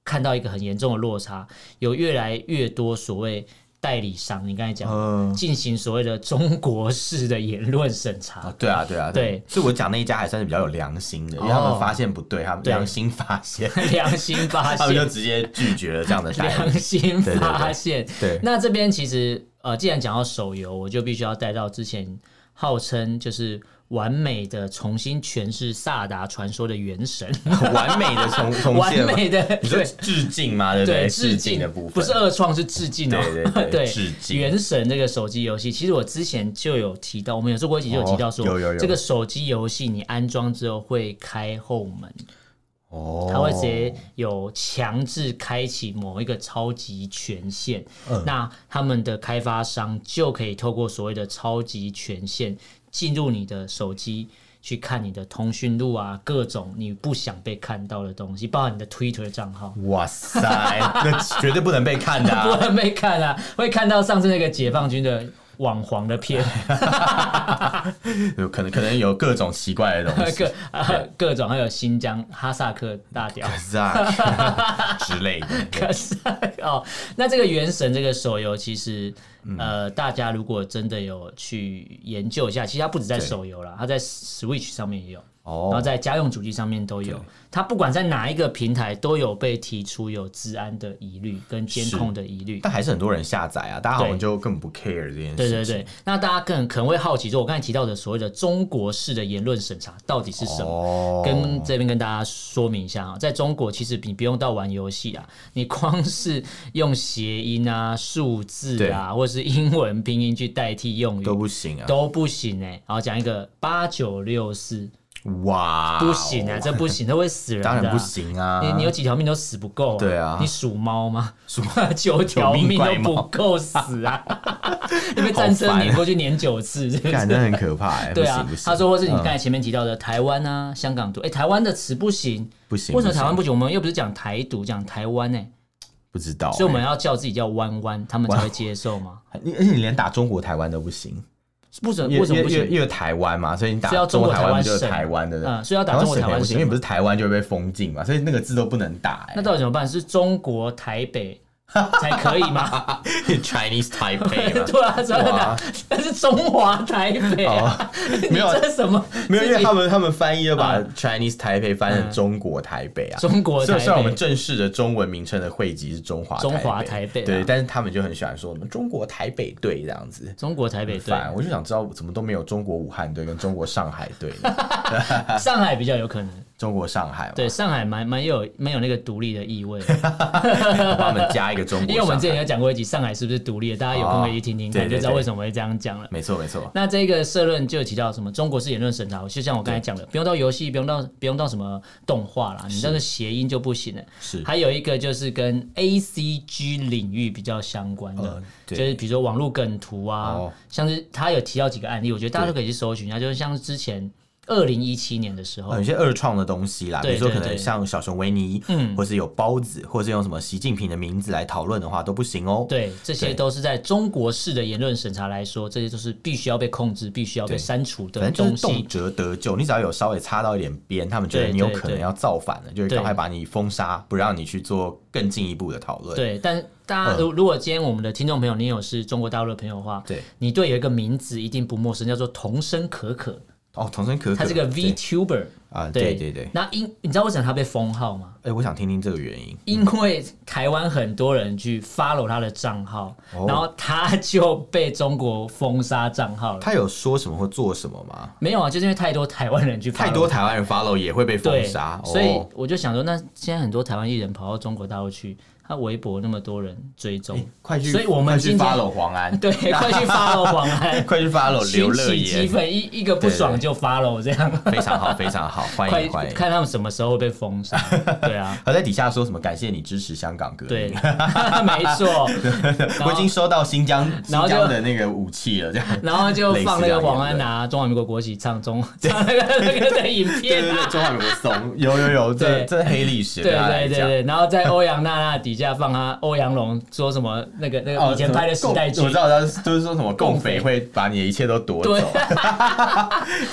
B: 看到一个很严重的落差，有越来越多所谓代理商，你刚才讲
A: 嗯
B: 进行所谓的中国式的言论审查
A: 啊，，对啊，对啊，
B: 对，
A: 所以我讲那一家还算是比较有良心的，因为他
B: 哦
A: 们发现不对，他们
B: 对
A: 良心发现，
B: 良心 发
A: 他们就
B: 现，
A: 直接拒绝了这样的代
B: 良
A: 理。
B: 心
A: 对对对
B: 发现。
A: 对，
B: 那这边其实呃，既然讲到手游，我就必须要带到之前号称就是完美的重新诠释《萨达传说》的元神，
A: 完美的重重
B: 完
A: 现吗，
B: 美的
A: 你说
B: 对
A: 致敬吗？对不
B: 对
A: 对？
B: 致
A: 敬的部分
B: 不是二创是致敬哦，
A: 对对 对致敬
B: 原神这个手机游戏，其实我之前就有提到，我们有做过一集就有提到说，
A: 哦有有有
B: 这个手机游戏你安装之后会开后门，
A: 哦
B: 它会直接有强制开启某一个超级权限，
A: 嗯
B: 那他们的开发商就可以透过所谓的超级权限进入你的手机。去看你的通讯录啊，各种你不想被看到的东西，包含你的 Twitter 账号，
A: 哇塞， 那绝对不能被看的、
B: 不
A: 啊。
B: 能被看啊，会看到上次那个解放军的网黄的 片，
A: 有可能可能有各种奇怪的东 西，
B: 各啊各种，还有新疆哈萨克大屌
A: 可是啊之类的。
B: 可是 哦，那这个《原神》这个手游，其实
A: 嗯
B: 呃，大家如果真的有去研究一下，其实它不止在
A: 对
B: 手游啦，它在 Switch 上面也有，然后
A: 哦，
B: 在家用主机上面都有
A: 对，
B: 它不管在哪一个平台都有被提出有治安的疑虑跟监
A: 是
B: 控的疑虑。
A: 但还是很多人下载啊，大家好
B: 对
A: 像就根本不 care 这件事情。
B: 对对对，那大家更可能会好奇说，我刚才提到的所谓的中国式的言论审查到底是什么？
A: 哦，
B: 跟这边跟大家说明一下啊，在中国其实你不用到玩游戏啊， 你光是用谐音啊、数字啊，或是英文拼音去代替用语
A: 都不行啊，
B: 都不行哎、然后讲一个八九六四
A: 哇，哦
B: 不行啊，，这不行，这会死人的、
A: 当然不。行啊。
B: 你你有几条命都死不够、啊，
A: 对啊
B: 你属猫吗？属 九条
A: 命
B: 命都
A: 怪
B: 不
A: 猫
B: 够死 啊！你被战
A: 好
B: 车
A: 烦啊
B: 碾过去碾九 次，是不是
A: 感觉很可怕哎、
B: 对
A: 不
B: 啊
A: 行不，行。
B: 他说或是你刚
A: 嗯
B: 才前面提到的台湾啊、香港独，哎、台湾的词不行，
A: 不行，
B: 为什么台湾
A: 不行
B: 不行？我们又不是讲台独，讲台湾呢、欸
A: 不知道、
B: 所以我们要叫自己叫弯弯，他们才会接受吗？
A: 哎你而且你连打中国台湾都不行，
B: 不准，
A: 因
B: 为什么
A: 因
B: 不
A: 因
B: 行？
A: 因为台湾嘛，所以你打
B: 所以要中
A: 中
B: 国台
A: 国台
B: 湾
A: 湾不就是
B: 省
A: 台湾的？
B: 嗯，所以要打中
A: 湾
B: 国台
A: 省也
B: 湾
A: 不行，因为
B: 省嘛。
A: 不是台湾就会被封禁嘛，所以那个字都不能打、哎
B: 那到底怎么办？是中国台北才可以 嘛？
C: Chinese Taipei 嘛。
B: 对啊，真
A: 哎哇哦
B: 的，那是中华台北 啊，你
A: 没有
B: 这什么？
A: 没有，因为他们他们翻译就把
B: 啊
A: Chinese 台北翻成中国台北啊。
B: 嗯 中国
A: 虽
B: 台
A: 然虽然我们
B: 北，
A: 正式的中文名称的汇集是中华
B: 中华台北啊
A: 对，但是他们就很喜欢说我们中国台北队这样子。
B: 中国台北
A: 很
B: 对，
A: 烦，我就想知道怎么都没有中国武汉队跟中国上海队 呢，啊
B: 上海比较有可能。
A: 中国上海嘛，
B: 对，上海蛮蛮有蛮有那个独立的意 味的，
A: 帮他们加一个中国上海。
B: 因为我们之前有讲过一集上海是不是独立的，大家有空可以去听听
A: 哦对
B: 看，
A: 对
B: 就知道
A: 对
B: 为什么会这样讲了。
A: 没错没错，
B: 那这个社论就有提到什么中国式言论审查，就像我刚才讲的，不用到游戏，不用到不用到什么动画啦，你那个谐音就不行了。
A: 是
B: 还有一个就是跟 A C G 领域比较相关的，
A: 呃对
B: 就是比如说网络梗图啊，
A: 哦
B: 像是他有提到几个案例，我觉得大家都可以去搜寻一下，就是像是之前二零一七年的时候
A: 有，些二创的东西啦，比
B: 对
A: 如说
B: 对
A: 可能
B: 对
A: 像小熊维尼，
B: 嗯
A: 或是有包子，或是用什么习近平的名字来讨论的话都不行哦。
B: 对，这些
A: 对
B: 都是在中国式的言论审查来说，这些都是必须要被控制、必须要被
A: 对
B: 删除的
A: 反正就
B: 东
A: 是动
B: 西。
A: 辄得咎，你只要有稍微擦到一点边，他们觉得
B: 对
A: 你有
B: 对
A: 可能
B: 对
A: 要造反了，就会
B: 对
A: 赶快把你封杀，不让你去做更进一步的讨论。
B: 对，但大家如如果今天我们的听众朋友，你有是中国大陆的朋友的话，
A: 嗯对
B: 你对有一个名字一定不陌生，叫做童声可可，
A: 哦，童声可可，
B: 他是个
A: 对
B: VTuber。
A: 啊，对
B: 对
A: 对对。
B: 那因你知道为什么他被封号吗？
A: 哎，我想听听这个原因。
B: 因为台湾很多人去 follow 他的账号，
A: 哦
B: 然后他就被中国封杀账号了。
A: 他有说什么或做什么吗？
B: 没有啊，就是因为太多台湾人去 follow
A: 太多台湾人 follow 也会被封
B: 对，
A: 杀，
B: 所以
A: 哦
B: 我就想说，那现在很多台湾艺人跑到中国大陆去，他微博那么多人追踪，
A: 快去，
B: 哎所以我们
A: 快去
B: 今天
A: follow 黄安，
B: 对，快去 follow 黄安，
A: 快去 follow 刘
B: 群
A: 乐
B: 起激
A: 言，
B: 愤，一一个不爽就 follow 这样，
A: 非常好，非常 好，欢
B: 快
A: 迎欢迎。
B: 看他们什么时候被封杀。对啊，
A: 还在底下说什么感谢你支持香港革
B: 对，
A: 命，
B: 没错。
A: 我已经收到新疆 新
B: 然后就
A: 疆的那个武 器了，这样。
B: 然后就放那个黄安
A: 类似这样言论
B: 拿中华民国国旗唱中 唱那个那个的影
A: 对
B: 片
A: 对对，
B: 啊。
A: 中华民国怂，有有有，这
B: 对
A: 这黑历史，
B: 对
A: 大家
B: 对
A: 来
B: 对
A: 讲。
B: 对，然后在欧阳娜娜底下放他欧阳龙说什么那个那
A: 哦
B: 个以前拍的时代剧
A: 共我知，道，他就是说什么共
B: 共
A: 匪
B: 匪
A: 会把你的一切都夺
B: 对
A: 走，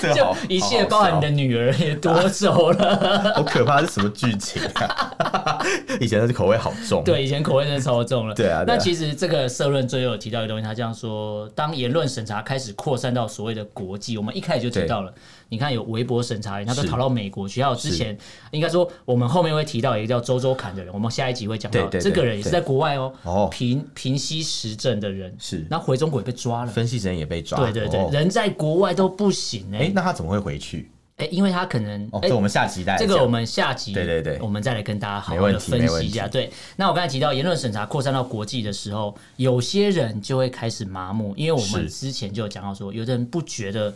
A: 这个
B: 就
A: 好
B: 一切包含你的女儿也
A: 啊
B: 夺走了。
A: 好好笑好可怕，这是什么剧情啊？ 以前的口味好重，
B: 对，以前口味真的超重了。
A: 对啊对啊
B: 那其实这个社论最后有提到一个东西，他这样说：当言论审查开始扩散到所谓的国际，我们一开始就提到了。你看有微博审查员，他都
A: 是
B: 逃到美国去。还有之前应该说，我们后面会提到一个叫周周侃的人，我们下一集会讲到。
A: 对对对
B: 这个人也是在国外哦，
A: 哦
B: 平平息时政的人
A: 是
B: 然后回中国也被抓了。
A: 分析人也被抓，
B: 对对对，
A: 哦
B: 人在国外都不行哎、
A: 哎，那他怎么会回去？
B: 哎、因为他可能
A: 哦，
B: 哎
A: 这我们下集再来
B: 这个
A: 讲
B: 我们下集
A: 对对对
B: 我们再来跟大家好
A: 没
B: 好
A: 问
B: 的
A: 题
B: 分
A: 没问
B: 析
A: 题
B: 一下。对，那我刚才提到言论审查扩散到国际的时候，有些人就会开始麻木，因为我们
A: 是
B: 之前就有讲到说，有的人不觉得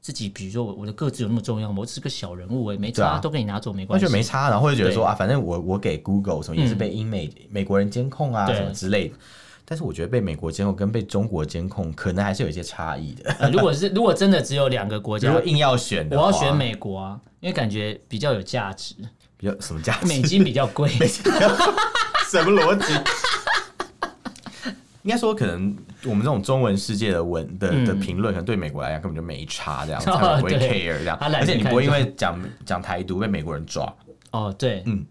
B: 自己，比如说我我的个子有那么重要吗？我只是个小人物、欸，没
A: 对
B: 差、
A: 啊
B: 都给你拿走没
A: 那
B: 关系
A: 就。没差，然后会觉得说
B: 对嗯
A: 啊，反正我我给 Google 什么也是被英美、美国人监控啊
B: 对
A: 什么之类的，但是我觉得被美国监控跟被中国监控可能还是有一些差异 的。
B: 呃如果是如果真的只有两个国
A: 如
B: 家
A: 果，硬要选
B: 啊我
A: 的话，
B: 要选美国啊，因为感觉比较有价值，
A: 比较什么价值？
B: 美金比较贵。
A: 什么逻辑？应该说，可能我们这种中文世界的文的的评论，可能对美国来讲根本就没 差，这样他们不
B: 嗯
A: 会
B: 哦对
A: care 这样，
B: 他懒
A: 而
B: 得
A: 且你不会
B: 看
A: 因为讲讲台独被美国人抓，
B: 哦，对，
A: 嗯
B: 嗯，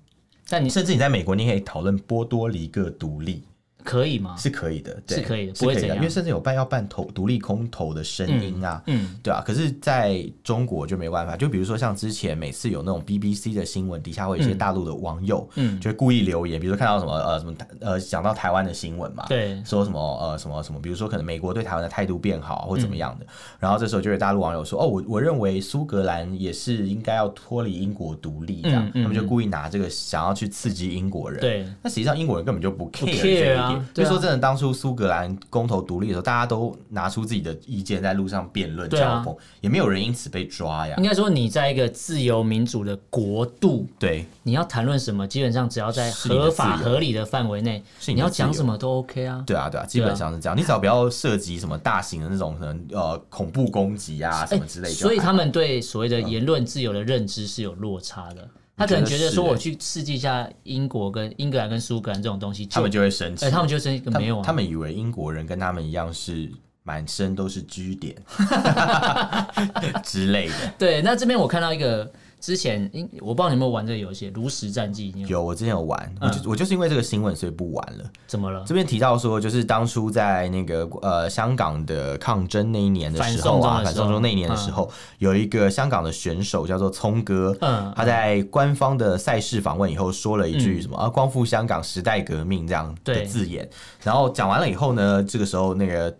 B: 但你是
A: 甚至你在美国你也可以讨论波多黎各独立，
B: 可以吗？
A: 是可以的，对
B: 是可以的
A: 是
B: 不会
A: 可以
B: 怎样
A: 的，因为甚至有办要办投独立空投的声音啊，
B: 嗯，
A: 对啊。可是在中国就没办法，就比如说像之前每次有那种 BBC 的新闻，底下会有一些大陆的网友，嗯，
B: 嗯
A: 就会故意留言，比如说看到什么呃什么呃讲到台湾的新闻嘛，
B: 对
A: 说什么呃什么什么，比如说可能美国对台湾的态度变好啊或
B: 嗯
A: 怎么样的，然后这时候就有大陆网友说哦，我我认为苏格兰也是应该要脱离英国独立这样，
B: 嗯嗯
A: 他们就
B: 嗯
A: 故意拿这个想要去刺激英国人，
B: 对。
A: 那实际上英国人根本就不 care 这一
B: care
A: 点，
B: 啊
A: 就
B: 对啊
A: 说真的，当初苏格兰公投独立的时候，大家都拿出自己的意见在路上辩论
B: 对啊嗯
A: 交锋，也没有人因此被抓呀
B: 应。该说，你在一个自由民主的国度，
A: 对，
B: 你要谈论什么，基本上只要在
A: 是你的
B: 合法
A: 自由
B: 合理的范围内，
A: 是你的
B: 你要讲什么都 OK 啊。
A: 对啊，对啊，基本上是这样。你只要不要涉及什么大型的那种可能呃恐怖攻击啊什么之类就还好，
B: 哎
A: 嗯
B: 所以他们对所谓的言论自由的认知是有落差的。他可能觉得说，我去刺激一下英国跟英格兰跟苏格兰这种东西，
A: 他们就会生气
B: 哎，。他们就是一个
A: 他们
B: 没有啊，
A: 他们以为英国人跟他们一样是 满身都是 G 点之类的。
B: 对，那这边我看到一个之前，因我不知道你有没有玩这个游戏《炉石战记》，你有
A: 有，我之前有玩，我
B: 嗯
A: 就我就是因为这个新闻，所以不玩了。
B: 怎么了？
A: 这边提到说，就是当初在那个呃香港的抗争那一年的时候啊，
B: 反送中的时候
A: 反送中那一年的时候，有一个香港的选手叫做聪哥，
B: 嗯
A: 他在官方的赛事访问以后说了一句什么、啊，光复香港时代革命这样的
B: 对
A: 字眼，然后讲完了以后呢，这个时候那个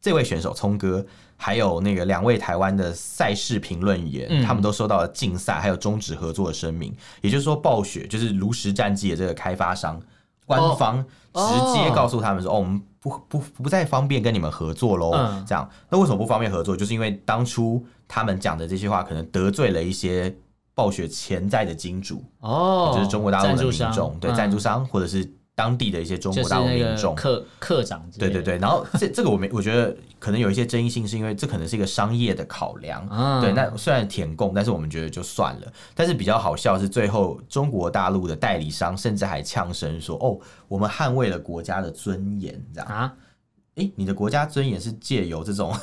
A: 这位选手聪哥。还有那个两位台湾的赛事评论员，
B: 嗯
A: 他们都收到了禁赛还有终止合作的声明，也就是说，暴雪就是炉石战记的这个开发商官
B: 哦
A: 方直接告诉他们说：“哦，我们不不不再方便跟你们合作喽。
B: 嗯
A: 这样，那为什么不方便合作？就是因为当初他们讲的这些话，可能得罪了一些暴雪潜在的金主，
B: 哦，
A: 就是中国大陆
B: 赞
A: 的
B: 助
A: 民
B: 商
A: 众，对
B: 嗯
A: 赞助商或者是当地的一些中
B: 就
A: 国
B: 是
A: 大陆
B: 那
A: 民
B: 个
A: 众。
B: 课课长之类
A: 对
B: 的，
A: 对对，然后这这个我没，我觉得可能有一些争议性，是因为这可能是一个商业的考量。
B: 啊
A: 对，那虽然舔共，但是我们觉得就算了。但是比较好笑是，最后中国大陆的代理商甚至还呛声说：“哦，我们捍卫了国家的尊严。”这样，哎、
B: 啊，
A: 你的国家尊严是借由这种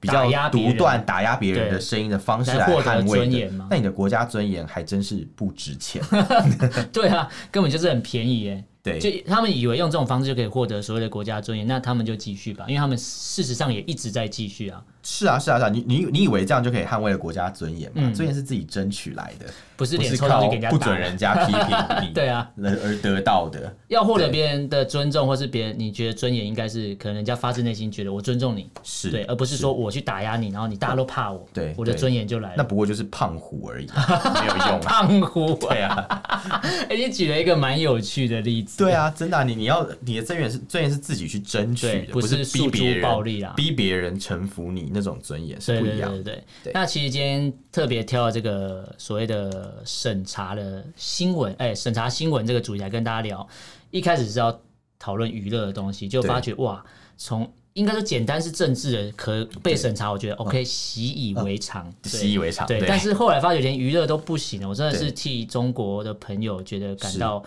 A: 比
B: 打
A: 较
B: 压别
A: 独
B: 人
A: 断、打压别人的
B: 对
A: 声音的方式
B: 来
A: 来
B: 获得
A: 捍卫
B: 尊严
A: 的
B: 吗。
A: 那你的国家尊严还真是不 值钱。
B: 对啊，根本就是很便宜耶。
A: 对，
B: 就他们以为用这种方式就可以获得所谓的国家尊严，那他们就继续吧，因为他们事实上也一直在继续啊，
A: 是啊，是啊，是啊，你你你以为这样就可以捍卫了国家尊严吗？
B: 嗯
A: 尊严是自己争取来的，
B: 不是
A: 不
B: 脸
A: 是
B: 抽上
A: 靠
B: 去给人家
A: 不
B: 打
A: 准
B: 人。
A: 人家 批评你
B: 对啊，
A: 而而得到的。
B: 要获得别人的尊重，或是别人你觉得尊严，应该是可能人家发自内心觉得我尊重你，
A: 是
B: 对，而不是说我去打压你，然后你大家都怕我，
A: 对
B: 我的
A: 对
B: 尊严就来
A: 那
B: 了。
A: 不过就是胖虎而已，没有用啊。
B: 胖虎，
A: 对啊，
B: 哎，你举了一个蛮有趣的例子，
A: 对啊，真的啊、你你要你的尊严是尊严是自己去争取
B: 对
A: 的，
B: 不
A: 是
B: 是
A: 逼
B: 诉诸
A: 别人
B: 暴力啦啊
A: 逼别人臣服你那种尊严是
B: 对
A: 不
B: 对
A: 一
B: 对
A: 样
B: 对
A: 的。
B: 对。
A: 对
B: 那其实今天特别挑了这个所谓的审查的新闻，哎、审查新闻这个主题来跟大家聊。一开始是要讨论娱乐的东西，就发觉哇，从应该说简单是政治的，可被审查，我觉得 OK，习以为常，对
A: 啊习以为常。
B: 对，
A: 对，
B: 但是后来发觉连娱乐都不行了，我真的
A: 对
B: 是替中国的朋友觉得感
A: 是
B: 到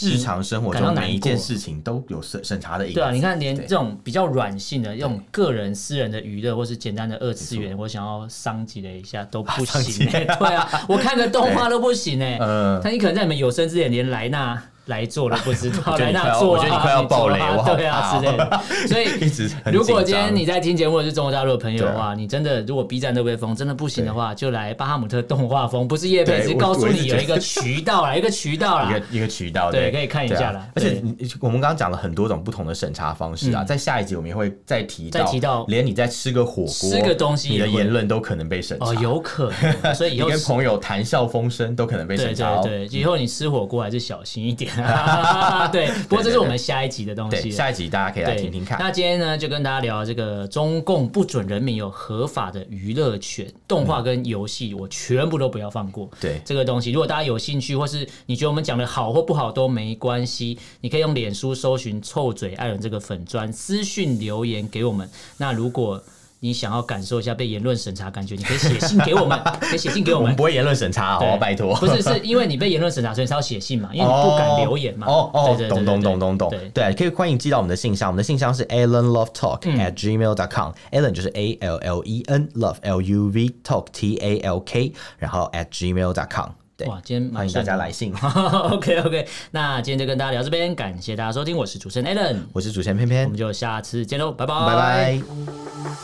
A: 日常生活
B: 感到
A: 中
B: 难
A: 每一件
B: 过
A: 事情都有审审查的影
B: 对啊，
A: 响。
B: 你看，连
A: 对
B: 这种比较软性的、这种个人私人的娱乐，或是简单的二次元，我想要伤及了一下都不
A: 伤及
B: 行、欸。 对啊，我看个动画都不行哎、
A: 嗯
B: 他你可能在你们有生之年连莱纳来做都不知道，
A: 我觉
B: 莱
A: 得你快
B: 纳
A: 要
B: 做、啊，
A: 我觉得你快要爆雷
B: 你做
A: 我好
B: 啊对啊
A: 怕哦
B: 之类 的。所
A: 一
B: 以，
A: 直很
B: 如果
A: 紧
B: 今
A: 张
B: 天你在听节目的是中国大陆的朋友的
A: 对
B: 话，你真的如果 B 站都被封，真的不行的话，就来巴哈姆特动画风，不是叶
A: 对
B: 贝，只是
A: 我
B: 告诉
A: 我一直
B: 你有一个渠道 啦，有一个渠道啦
A: 一个。一个渠道，
B: 对可以看一
A: 对啊
B: 下啦
A: 而且
B: 对
A: 你我们刚刚讲了很多种不同的审查方式啊，
B: 嗯
A: 在下一集我们也会再提到，
B: 再提到
A: 连你在吃个火锅、
B: 吃个东西
A: 你的
B: 也会
A: 言论都可能被审查
B: 哦，。有可能，所以以
A: 你
B: 后
A: 跟朋友谈笑风生都可能被
B: 对
A: 审查哦。
B: 对对，以后你吃火锅还是小心一 点。对，不过这是我们下一集的东
A: 对
B: 西。啊
A: 下一集大家可以来
B: 对
A: 听听看。
B: 那今天呢，就跟大家聊这个中共不准人民有合法的娱乐权，动画跟游戏我全部都不要放过。
A: 对
B: 这个东西，如果大家有兴趣，或是你觉得我们讲的好或不好都没关系，你可以用脸书搜寻“臭嘴爱人”这个粉砖私讯留言给我们。那如果你想要感受一下被言论审查感觉，你可以写信给我 们，可以写信给我
A: 我
B: 们
A: 们。不会言论审查，好不好？
B: 对
A: 拜托。
B: 不是，是因为你被言论审查，所以才要写信嘛，因为你不敢留言嘛。
A: 哦哦
B: 对，对对
A: 懂懂懂懂懂
B: 对，
A: 对，可以欢迎寄到我们的信箱，我们的信箱是 allenlovetalk at gmail dot com。allen 就是 A L L E N love L U V talk T A L K，然后 at gmail dot com。对，
B: 哇，今天蛮
A: 欢迎大家来 信。
B: 顺的。OK OK，那今天就跟大家聊这边，感谢大家收听，我是主持人 Alan，
A: 我是主持人偏
B: 我
A: 偏
B: 们，就下次见喽，拜拜，
A: 拜拜。